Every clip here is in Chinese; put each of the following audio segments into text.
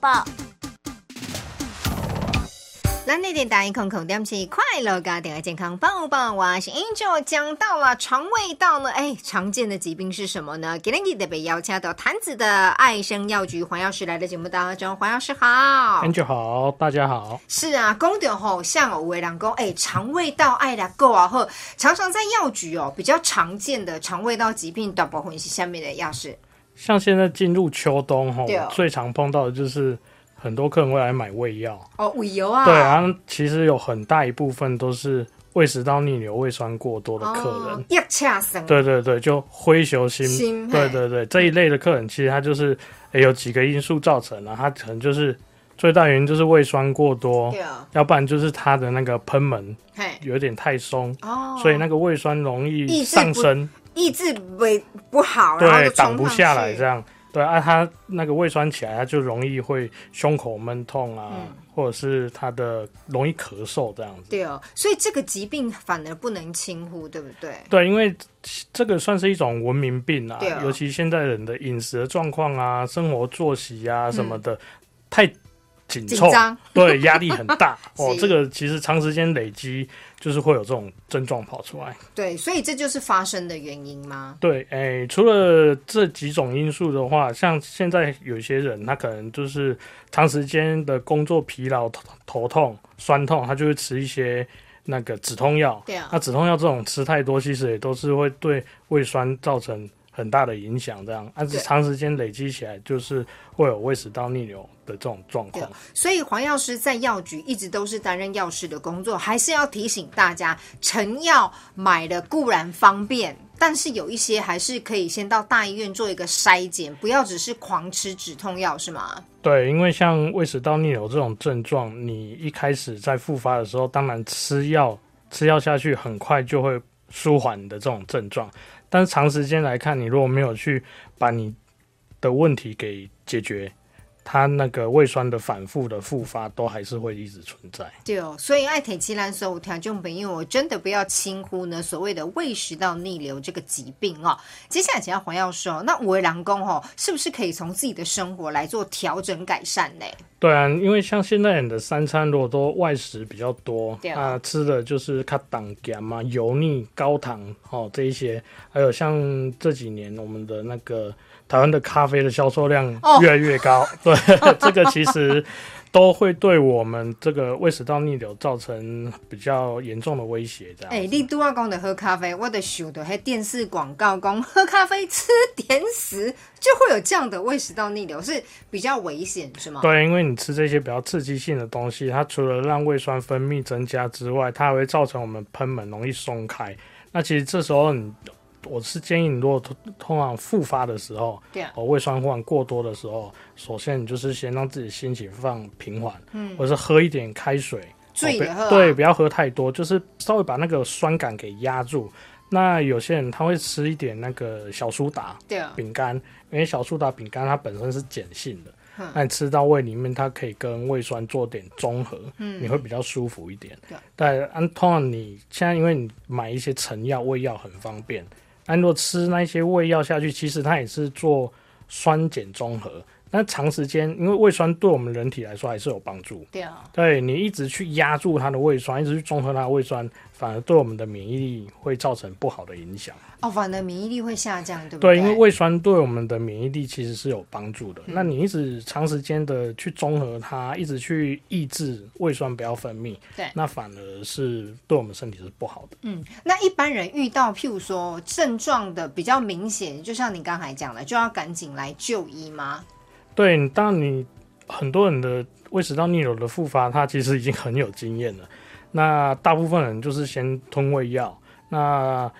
报。咱那点打一空空点起快乐嘎点爱健康棒棒哇！是 Angel 讲到了肠胃道呢，哎，常见的疾病是什么呢？今天的被邀请到坛子的爱生药局黄药师来的节目当中，黄药师好。安就好，大家好。是啊，公掉吼，像有的人讲，哎、肠胃道爱啦够啊，或常常在药局哦，比较常见的肠胃道疾病，大部分是下面的药师。像现在进入秋冬吼对哦，最常碰到的就是很多客人会来买胃药。哦，胃油啊，对，啊，其实有很大一部分都是胃食道逆流、胃酸过多的客人。哦，一恰生，对对对，就灰球心，心对嘿对对，这一类的客人，其实他就是、诶有几个因素造成的、他可能就是最大原因就是胃酸过多，对啊，要不然就是他的那个喷门嘿，有点太松，哦，所以那个胃酸容易抑制上不升。意志不不好，然后对就，挡不冲上下来去这样。对啊，他那个胃酸起来，他就容易会胸口闷痛啊，嗯或者是他的容易咳嗽这样子。对哦，所以这个疾病反而不能轻忽，对不对？对，因为这个算是一种文明病啊对啊，尤其现在人的饮食的状况啊、生活作息啊什么的，太紧嗯紧凑，张对，压力很 大哦。是这个其实长时间累积，就是会有这种症状跑出来。对，所以这就是发生的原因吗？对，诶，除了这几种因素的话，像现在有些人，他可能就是长时间的工作疲劳、头头痛、酸痛，他就会吃一些那个止痛药。对啊那止痛药这种吃太多，其实也都是会对胃酸造成很大的影响，这样，但是对长时间累积起来，就是会有胃食道逆流的这种状对况哦。，所以黄药师在药局一直都是担任药师的工作，还是要提醒大家，成药买了固然方便，但是有一些还是可以先到大医院做一个筛检，不要只是狂吃止痛药，是吗？对，因为像胃食道逆流这种症状，你一开始在复发的时候，当然吃药吃药下去，很快就会舒缓你的这种症状。但是长时间来看，你如果没有去把你的问题给解决，它那个胃酸的反复的复发都还是会一直存在。对哦，所以爱铁七兰所有条件朋友，我真的不要轻忽呢所谓的胃食道逆流这个疾病哦。接下来讲到黄药师哦，那五位郎公哦，是不是可以从自己的生活来做调整改善呢？对啊，因为像现在人的三餐如果都外食比较多，对那、啊吃的就是卡糖盐嘛、油腻、高糖哦这一些，还有像这几年我们的那个台湾的咖啡的销售量哦越来越高， 对，这个其实都会对我们这个胃食道逆流造成比较严重的威胁，这样。哎、你都要讲的喝咖啡，我的想的还电视广告讲喝咖啡吃甜食就会有这样的胃食道逆流，是比较危险是吗？对，因为你吃这些比较刺激性的东西，它除了让胃酸分泌增加之外，它还会造成我们喷门容易松开。那其实这时候你，我是建议你，如果通通常复发的时候，对啊哦，胃酸忽然过多的时候，首先你就是先让自己心情放平缓，嗯，或者是喝一点开水，醉哦也不喝啊对，不要喝太多，就是稍微把那个酸感给压住。那有些人他会吃一点那个小苏打，对啊，饼干，因为小苏打饼干它本身是碱性的，那你吃到胃里面，它可以跟胃酸做点中和，你会比较舒服一点对。但按通常你现在因为你买一些成药、胃药很方便，按若吃那些胃药下去，其实它也是做酸碱中和。但长时间，因为胃酸对我们人体来说还是有帮助，对啊，对你一直去压住它的胃酸，一直去中和它的胃酸，反而对我们的免疫力会造成不好的影响。哦，反而免疫力会下降，对不对，对，因为胃酸对我们的免疫力其实是有帮助的。那嗯你一直长时间的去综合它，一直去抑制胃酸不要分泌，对那反而是对我们身体是不好的。那一般人遇到譬如说症状的比较明显，就像你刚才讲的，就要赶紧来就医吗？对，你当然你很多人的胃食道逆流的复发，他其实已经很有经验了。那大部分人就是先吞胃药，那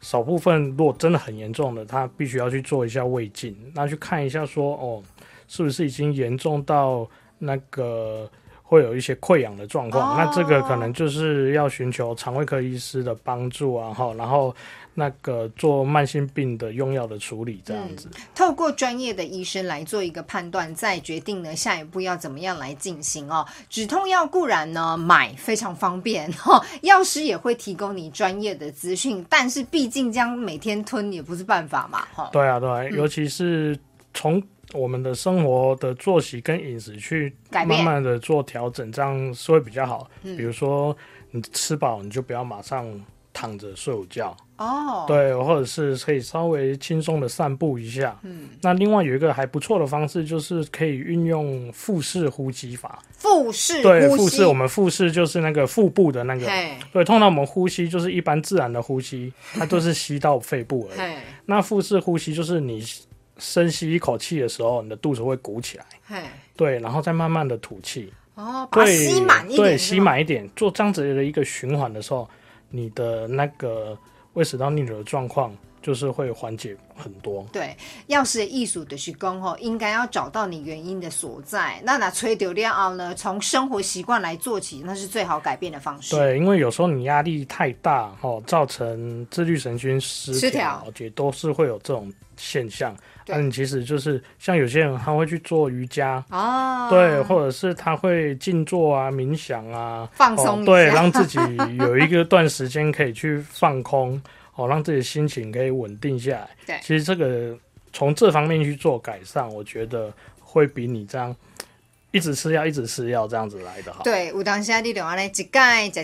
少部分如果真的很严重的，他必须要去做一下胃镜，那去看一下说哦，是不是已经严重到那个。会有一些溃疡的状况哦那这个可能就是要寻求肠胃科医师的帮助啊，哈，然后那个做慢性病的用药的处理这样子。透过专业的医生来做一个判断，再决定呢下一步要怎么样来进行哦。止痛药固然呢买非常方便 哦，药师也会提供你专业的资讯，但是毕竟这样每天吞也不是办法嘛，哈、哦。对啊，对啊，尤其是从我们的生活的作息跟饮食去改慢变慢的做调整，这样是会比较好。嗯比如说你吃饱，你就不要马上躺着睡午觉，哦，，对，或者是可以稍微轻松的散步一下。嗯，那另外有一个还不错的方式，就是可以运用腹式呼吸法。腹式对，哎呼腹吸，式我们腹式就是那个腹部的那个。嘿，对，通常我们呼吸就是一般自然的呼吸，它都是吸到肺部而已。嘿，那腹式呼吸就是你深吸一口气的时候，你的肚子会鼓起来，嘿，对，然后再慢慢的吐气，哦，把它对，吸满一点，对，是吸吗，满一点，做这样子的一个循环的时候，你的那个胃食道逆流的状况就是会缓解很多。对，要是艺术的是讲吼，应该要找到你原因的所在。那那吹丢掉后呢，从生活习惯来做起，那是最好改变的方式。对，因为有时候你压力太大哦，造成自律神经失失调调，也都是会有这种现象。对那你其实就是像有些人他会去做瑜伽，哦，对，或者是他会静坐啊、冥想啊，放松哦一下对，让自己有一个段时间可以去 放空，哦，让自己心情可以稳定下来。对其实这个从这方面去做改善，我觉得会比你这样一直吃药、一直吃药这样子来的好。对，有当时你就安尼一届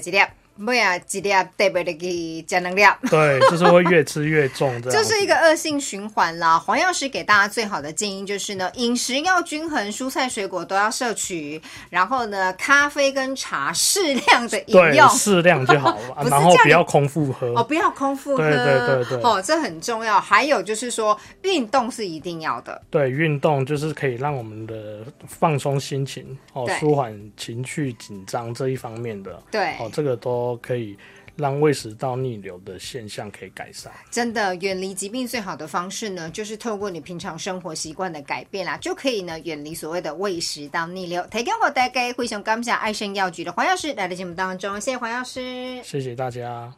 食一粒，尾啊一粒缀袂入去食两粒。对，就是会越吃越重这样子。这是一个恶性循环啦。黄药师给大家最好的建议就是呢，饮食要均衡，蔬菜水果都要摄取，然后呢，咖啡跟茶适量的饮对用。适量就好 了，啊不是然后叫不你要空腹喝。哦，不要空腹喝，对对对对哦，这很重要。还有就是说，运动是一定要的，对，运动就是可以让我们的放松心情哦对，舒缓情绪紧张这一方面的对，哦，这个都可以让胃食道逆流的现象可以改善。真的远离疾病最好的方式呢，就是透过你平常生活习惯的改变啦，就可以呢远离所谓的胃食道逆流。提供我大家非常感谢爱生药局的黄药师来到节目当中，谢谢黄药师。谢谢大家。